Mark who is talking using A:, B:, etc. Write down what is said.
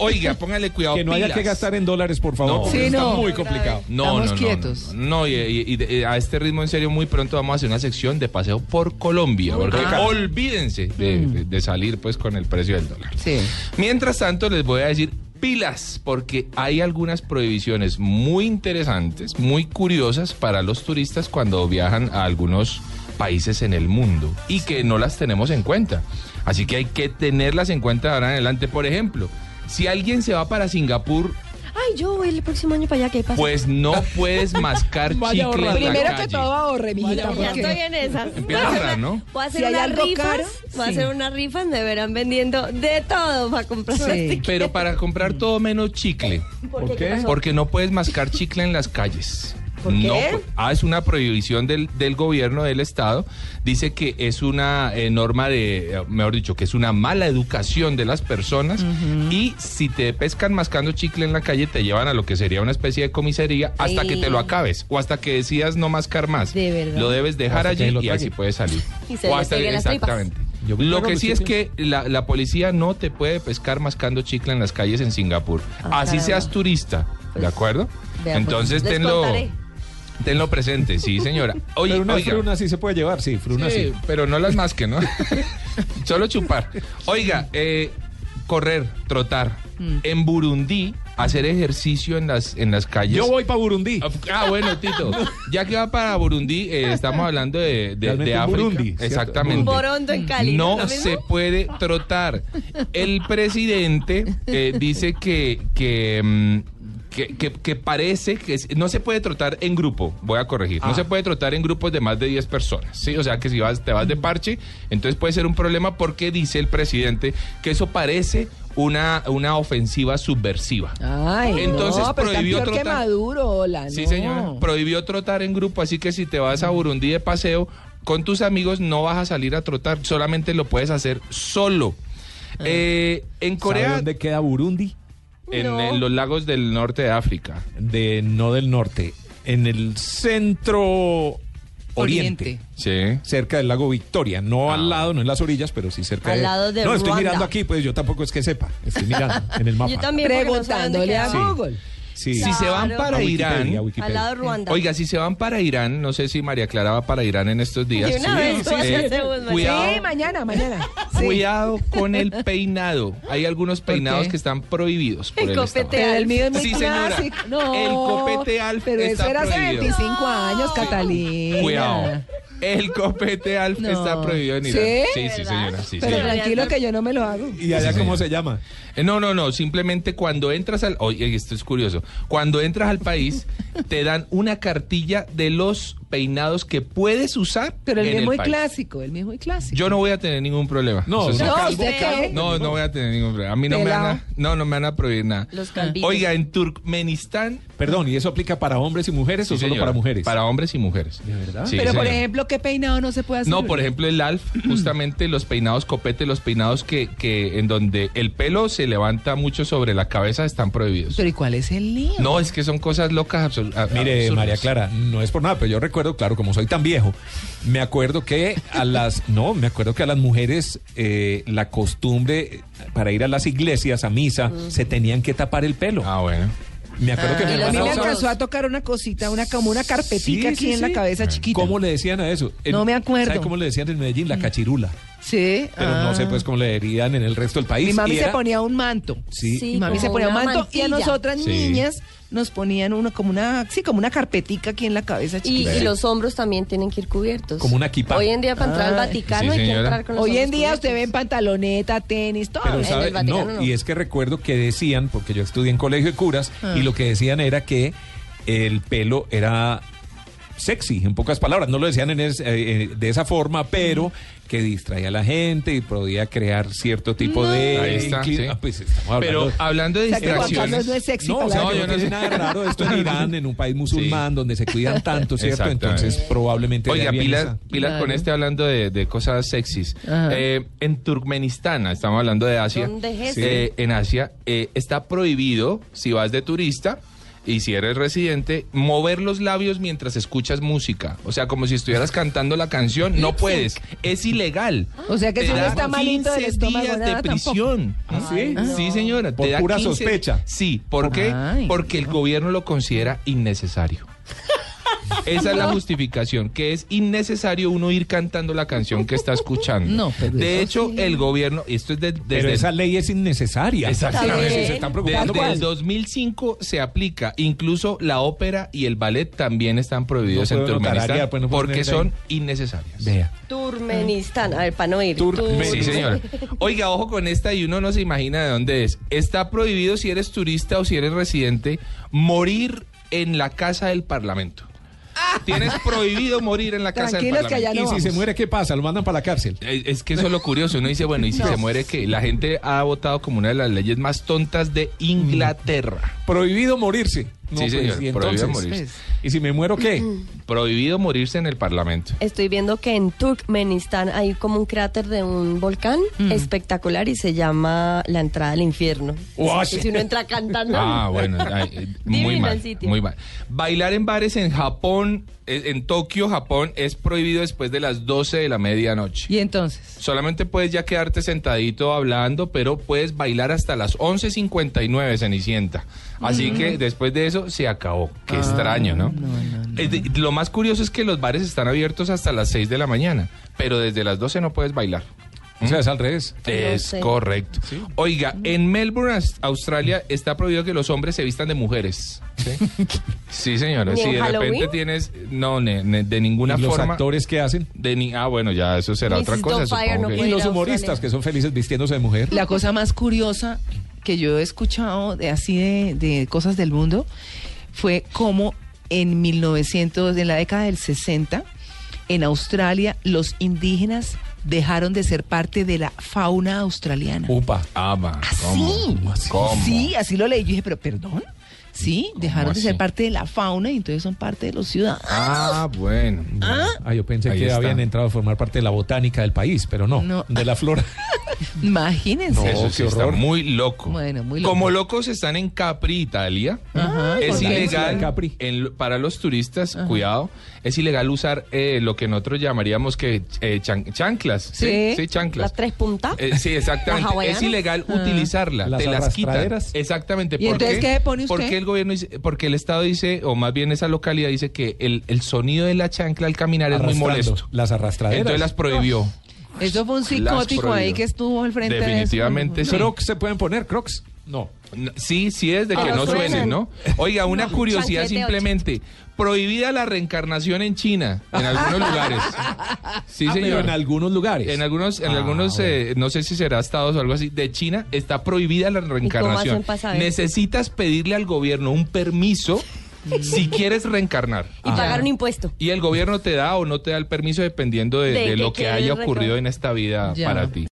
A: Oiga, póngale cuidado.
B: Que no haya
A: pilas.
B: que gastar en dólares, por favor.
A: No,
C: Sí,
A: está
C: no.
A: muy complicado. No,
C: Estamos
A: no, no,
C: quietos.
A: No, no, y, y- y de- a este ritmo, en serio, muy pronto vamos a hacer una sección de paseo por Colombia. Porque olvídense de, de- de salir pues con el precio del dólar.
C: Sí.
A: Mientras tanto, les voy a decir pilas, porque hay algunas prohibiciones muy interesantes, muy curiosas para los turistas cuando viajan a algunos países en el mundo y que no las tenemos en cuenta. Así que hay que tenerlas en cuenta de ahora en adelante. Por ejemplo, si alguien se va para Singapur,
D: Ay, yo voy el próximo año para allá, ¿qué pasa?
A: pues no puedes mascar chicle
B: Vaya
A: en la
B: ahorrando.
C: Primero que
A: calle.
C: todo ahorre, mijita,
D: Ya estoy
C: porque
D: en esas.
A: Empieza a ahorrar, ¿no?
D: Voy a hacer
C: Si hay
D: unas
C: algo
D: rifas,
C: caro,
D: voy a
C: sí.
D: hacer unas rifas, me verán vendiendo de todo para comprar
C: Sí.
D: los tickets.
A: Pero para comprar todo menos chicle.
B: ¿Por qué?
A: Porque no puedes mascar chicle en las calles.
C: ¿Por qué?
A: No pu- ah, es una prohibición del, del gobierno del Estado. Dice que es una eh, norma de, eh, mejor dicho, que es una mala educación de las personas. Y si te pescan mascando chicle en la calle, te llevan a lo que sería una especie de comisaría hasta que te lo
D: Sí.
A: acabes o hasta que decidas no mascar más.
D: De verdad.
A: Lo debes dejar
B: Hasta que
A: allí
B: lo
A: y así
B: traguen.
A: puedes salir.
D: Y se
A: O
D: le
A: hasta-
D: peguen las tripas.
A: exactamente.
B: Yo
A: Lo
B: creo
A: que
B: los
A: sí es
B: chicles.
A: que la, la policía no te puede pescar mascando chicle en las calles en Singapur. Así seas turista, ¿de acuerdo?
D: Vea, Ah, pues,
A: Entonces
D: les
A: tenlo,
D: contaré.
A: tenlo presente, sí, señora. Oye,
B: Pero una
A: oiga,
B: fruna sí se puede llevar, sí, fruna
A: sí,
B: sí.
A: pero no las masque, ¿no? Solo chupar. Oiga, eh, correr, trotar.
D: Mm.
A: En Burundi, hacer ejercicio en las, en las calles.
B: Yo voy para Burundí.
A: Ah, bueno, Tito. Ya que va para Burundí, eh, estamos hablando de, de,
B: Realmente
A: de
B: en
A: África.
B: Burundi, ¿cierto?
A: Exactamente.
D: Borondo en Cali. ¿no
A: No
D: es lo
A: se
D: mismo?
A: puede trotar. El presidente eh, dice que, que, mm, que, que- que parece que es- no se puede trotar en grupo. Voy a corregir.
B: Ah.
A: No se puede trotar en grupos de más de 10 personas. ¿sí? O sea que si vas, te vas de parche, entonces puede ser un problema porque dice el presidente que eso parece una, una ofensiva subversiva.
C: Ay,
A: Entonces
C: no, pero está
A: prohibió
C: peor que
A: trotar.
C: Maduro, hola,
A: Sí,
C: no.
A: señor. Prohibió trotar en grupo, así que si te vas a Burundi de paseo con tus amigos no vas a salir a trotar, solamente lo puedes hacer solo. Eh, en
B: ¿Sabe
A: Corea,
B: dónde queda Burundi?
A: en,
D: No.
A: en los lagos del norte de África.
B: De no del norte, en el centro oriente.
C: Oriente.
A: Sí.
B: Cerca del lago Victoria, no al
A: Ah.
B: lado, no en las orillas, pero sí cerca
D: Al
B: de-
D: lado de
B: No, estoy
D: Ruanda.
B: mirando aquí, pues yo tampoco es que sepa. Estoy mirando en el mapa.
D: Yo también. porque no sé dónde
C: Preguntándole
D: queda.
C: a
B: Sí.
C: Google.
B: Sí.
A: Si se van
D: Claro.
A: para
B: A Wikipedia,
A: Irán,
B: a Wikipedia.
D: Al lado de Ruanda.
A: oiga, si se van para Irán, no sé si María Clara va para Irán en estos días.
D: De una vez, voy a hacer segundo.
A: cuidado,
C: Sí, mañana, mañana. Sí.
A: cuidado con el peinado. Hay algunos peinados
C: qué?
A: que están prohibidos por
D: El
A: el, Estado.
D: copete.
C: Pero el mío es muy
A: Sí, señora.
C: clásico. No,
A: El copete alfa
C: Pero
A: está
C: eso era hace
A: prohibido.
C: 25 años, Catalina.
A: Cuidado. El copete Alf
C: No.
A: está prohibido en Irán.
C: ¿Sí?
A: sí, señora. Sí,
C: Pero
A: señora.
C: tranquilo que yo no me lo hago.
B: ¿Y allá
A: Sí,
B: cómo
A: señor.
B: se llama?
A: Eh, No, no, no. Simplemente cuando entras al. Oye, esto es curioso. Cuando entras al país, te dan una cartilla de los peinados que puedes usar.
C: Pero el
A: en
C: mío es muy
A: país.
C: clásico, el mío es muy clásico.
A: Yo no voy a tener ningún problema.
B: No,
A: Eso sí.
C: no,
B: calvo.
C: ¿usted qué?
A: No, no voy a tener ningún problema. A mí no me,
C: Pelao.
A: van a, no, no me van a prohibir nada.
D: Los calvitos.
A: Oiga, en Turkmenistán.
B: Perdón, ¿y eso aplica para hombres y mujeres
A: Sí,
B: o solo
A: señora,
B: para mujeres?
A: Para hombres y mujeres.
B: ¿De verdad?
A: Sí,
C: pero por
A: señora.
C: ejemplo, ¿qué peinado no se puede hacer?
A: No, por ejemplo, el Alf, justamente los peinados copete, los peinados que, que en donde el pelo se levanta mucho sobre la cabeza están prohibidos.
C: Pero ¿y cuál es el lío?
A: No, es que son cosas locas absol- ah, a-
B: Mire,
A: absurdas.
B: María Clara, no es por nada, pero yo recuerdo, claro, como soy tan viejo, me acuerdo que a las, no, me acuerdo que a las mujeres eh, la costumbre eh, para ir a las iglesias, a misa,
C: Mm.
B: se tenían que tapar el pelo.
A: Ah, bueno.
B: Me acuerdo que
D: Ah.
B: mi
D: Y los
C: A mí me
B: hermana
D: niños
B: usaba-
C: alcanzó a tocar una cosita, una como una carpetica
B: Sí,
C: aquí
B: sí,
C: en la
B: sí.
C: cabeza chiquita.
B: ¿Cómo le decían a eso? En-
C: No me acuerdo.
B: ¿Sabe cómo le decían en Medellín? La cachirula.
C: Sí.
B: Pero no
C: ah.
B: sé, pues, cómo le dirían en el resto del país.
C: Mi mami
B: Y
C: se
B: era-
C: ponía un manto.
B: Sí.
C: Mi mami se
D: como
C: ponía un
D: una
C: manto y
D: mantilla.
C: a nosotras
A: Sí.
C: niñas nos ponían una como una sí, como una carpetica aquí en la cabeza
D: Y,
C: chiquita.
D: y los hombros también tienen que ir cubiertos.
B: Como una kipá.
D: Hoy en día para entrar al Vaticano
A: Sí,
D: hay que
A: señora.
D: entrar con los
C: Ah, Hoy en
D: hombros
C: día
D: cubiertos.
C: usted ve en pantaloneta, tenis, todo.
B: Pero
D: el
B: sabe,
D: del Vaticano
B: no,
D: no.
B: y es que recuerdo que decían, porque yo estudié en colegio de curas,
C: Ah.
B: y lo que decían era que el pelo era sexy, en pocas palabras. No lo decían en es- eh, eh, de esa forma, pero que distraía a la gente y podía crear cierto tipo de...
A: Ahí está,
B: inclin-
A: sí.
B: Ah, pues estamos hablando-
A: Pero hablando de
C: O sea, que Este Juan Carlos
A: distracciones.
C: no es sexy
B: no,
C: para
B: o sea,
C: la
A: No,
B: que
A: yo
C: gente.
B: no tiene nada de raro esto en Irán, en un país musulmán donde se cuidan tanto, ¿cierto?
A: Exactamente.
B: Entonces probablemente... de
A: Oiga,
B: ahí viene
A: pilas,
B: esa-
A: pilas con este hablando de, de cosas sexys.
C: Ajá.
A: Eh, en Turkmenistán, estamos hablando de Asia.
D: ¿Dónde es eso?
A: eh, en Asia eh, está prohibido, si vas de turista y si eres residente, mover los labios mientras escuchas música. O sea, como si estuvieras cantando la canción, no puedes. Es ilegal.
C: O sea que
A: Te
C: si uno
A: da
C: está malito del
A: 15
C: estómago,
A: días
C: nada
A: de
C: tampoco.
A: prisión.
B: ¿Ah, sí?
A: Sí, señora. te
B: Por
A: da
B: pura sospecha.
A: Sí, ¿por qué?
C: Ay.
A: Porque el gobierno lo considera innecesario. Esa es la justificación, que es innecesario uno ir cantando la canción que está escuchando.
C: No, pero
A: de
C: eso
A: hecho, el gobierno, esto es de- desde...
B: Pero
A: el-
B: esa ley es innecesaria.
A: Exactamente.
B: Claro, Se están preocupando
A: Desde
B: por
A: el 2005 se aplica, incluso la ópera y el ballet también están prohibidos
B: No
A: en
B: puedo notar
A: Turkmenistán
B: área, pues no puedo
A: porque
B: poner ahí.
A: son innecesarias.
B: Vea.
D: Turmenistán. A ver, para no ir.
B: Turkmen-
A: Sí, señora. Oiga, ojo con esta y uno no se imagina de dónde es. Está prohibido si eres turista o si eres residente morir en la casa del Parlamento. Tienes prohibido morir en la casa del
C: Tranquilos
A: Parlamento.
C: que allá
B: y
C: Ah, no
B: si se
C: vamos.
B: muere, ¿qué pasa? Lo mandan para la cárcel.
A: Eh, Es que eso es lo curioso. Uno dice, bueno, ¿y si se muere qué? La gente ha votado como una de las leyes más tontas de Inglaterra.
B: Prohibido morirse. pues,
A: Sí, señor,
B: ¿y
A: prohibido
B: entonces?
A: morirse.
C: Pues.
B: ¿Y si me muero qué?
C: Mm.
A: Prohibido morirse en el Parlamento.
D: Estoy viendo que en Turkmenistán hay como un cráter de un volcán
C: Mm.
D: espectacular y se llama la entrada al infierno.
B: Uash.
D: Y si uno entra cantando.
A: Ah, bueno, ay, eh, muy
D: Divino
A: mal,
D: el sitio.
A: muy mal. Bailar en bares en Japón, eh, en Tokio, Japón, es prohibido después de las 12 de la medianoche.
C: Y entonces.
A: Solamente puedes ya quedarte sentadito hablando, pero puedes bailar hasta las 11.59, Cenicienta. Así que después de eso se acabó. Qué extraño, ¿no? Es de- Lo más curioso es que los bares están abiertos hasta las 6 de la mañana, pero desde las 12 no puedes bailar.
B: O sea, es al revés.
A: Es
D: sé. Mm.
A: correcto. Oiga, en Melbourne, Aus- Australia, está prohibido que los hombres se vistan de mujeres. Sí, Sí, señora.
D: ¿Ni
A: Si
D: en
A: de repente
D: Halloween?
A: tienes... No, ne- ne- de ninguna
B: ¿Y los
A: forma...
B: actores qué hacen?
A: De ni- ah, bueno, ya eso será
D: Mrs.
A: otra cosa.
D: Doubtfire
A: supongo
D: no
A: que-
D: puede
B: Y
D: Ir a
B: los
D: Australia.
B: humoristas que son felices vistiéndose de mujer.
C: La cosa más curiosa que yo he escuchado de así de, de cosas del mundo fue cómo en 1900, en la década del 60, en Australia los indígenas dejaron de ser parte de la fauna australiana.
B: Upa.
A: Ah, va.
C: Sí,
A: ¿Cómo? ¿Cómo?
C: sí, así lo leí. Yo dije, pero perdón, sí, dejaron de
A: así?
C: ser parte de la fauna y entonces son parte de los ciudadanos.
A: Ah, bueno.
B: Ah, yo pensé
A: Ahí
B: que
A: está.
B: habían entrado a formar parte de la botánica del país, pero no,
C: No.
B: de la flora.
C: Imagínense.
A: Eso sí
B: qué
A: está
B: horror.
A: muy loco.
C: Bueno, muy loco.
A: Como locos están en Capri, Italia.
C: Ajá.
A: es
B: con la isla de
A: ilegal
B: Capri.
A: en- para los turistas, cuidado, es ilegal usar eh, lo que nosotros llamaríamos que eh, chan- chanclas.
C: Sí.
A: chanclas.
D: Las tres puntas.
A: Eh, sí, exactamente.
D: ¿Las
A: Es
D: hawaianas?
A: ilegal utilizarla.
B: Las
A: te las quitan.
B: arrastraderas.
A: Exactamente.
C: Ah. ¿Y entonces qué pone usted?
A: Porque el gobierno dice, porque el Estado dice, o más bien esa localidad dice que el, el sonido de la chancla al caminar es muy
B: Arrastrando,
A: molesto.
B: Las arrastraderas.
A: Entonces las prohibió.
C: Eso fue un
A: Las
C: psicótico ahí
A: prohibió.
C: que estuvo al frente
A: Definitivamente
C: de eso.
A: sí.
B: Crocs se pueden poner, crocs. No.
A: No, Sí, sí, desde que
D: no
A: no
D: suenan.
A: suenen, ¿no? Oiga, una curiosidad
D: Chanquete ocho.
A: simplemente. Prohibida la reencarnación en China, en algunos lugares. Sí,
B: Ah, pero
A: señor.
B: en algunos lugares.
A: En algunos, en
B: Ah,
A: algunos
B: bueno.
A: eh, no sé si será Estados o algo así, de China está prohibida la reencarnación.
D: hacen pa' saber?
A: Necesitas pedirle al gobierno un permiso si quieres reencarnar.
D: Mm.
A: Ah.
D: Y pagar un impuesto.
A: Y el gobierno te da o no te da el permiso dependiendo de,
D: De
A: de
D: que
A: lo que
D: quieres
A: haya ocurrido
D: reencarnar.
A: en esta vida
C: Ya.
A: para ti.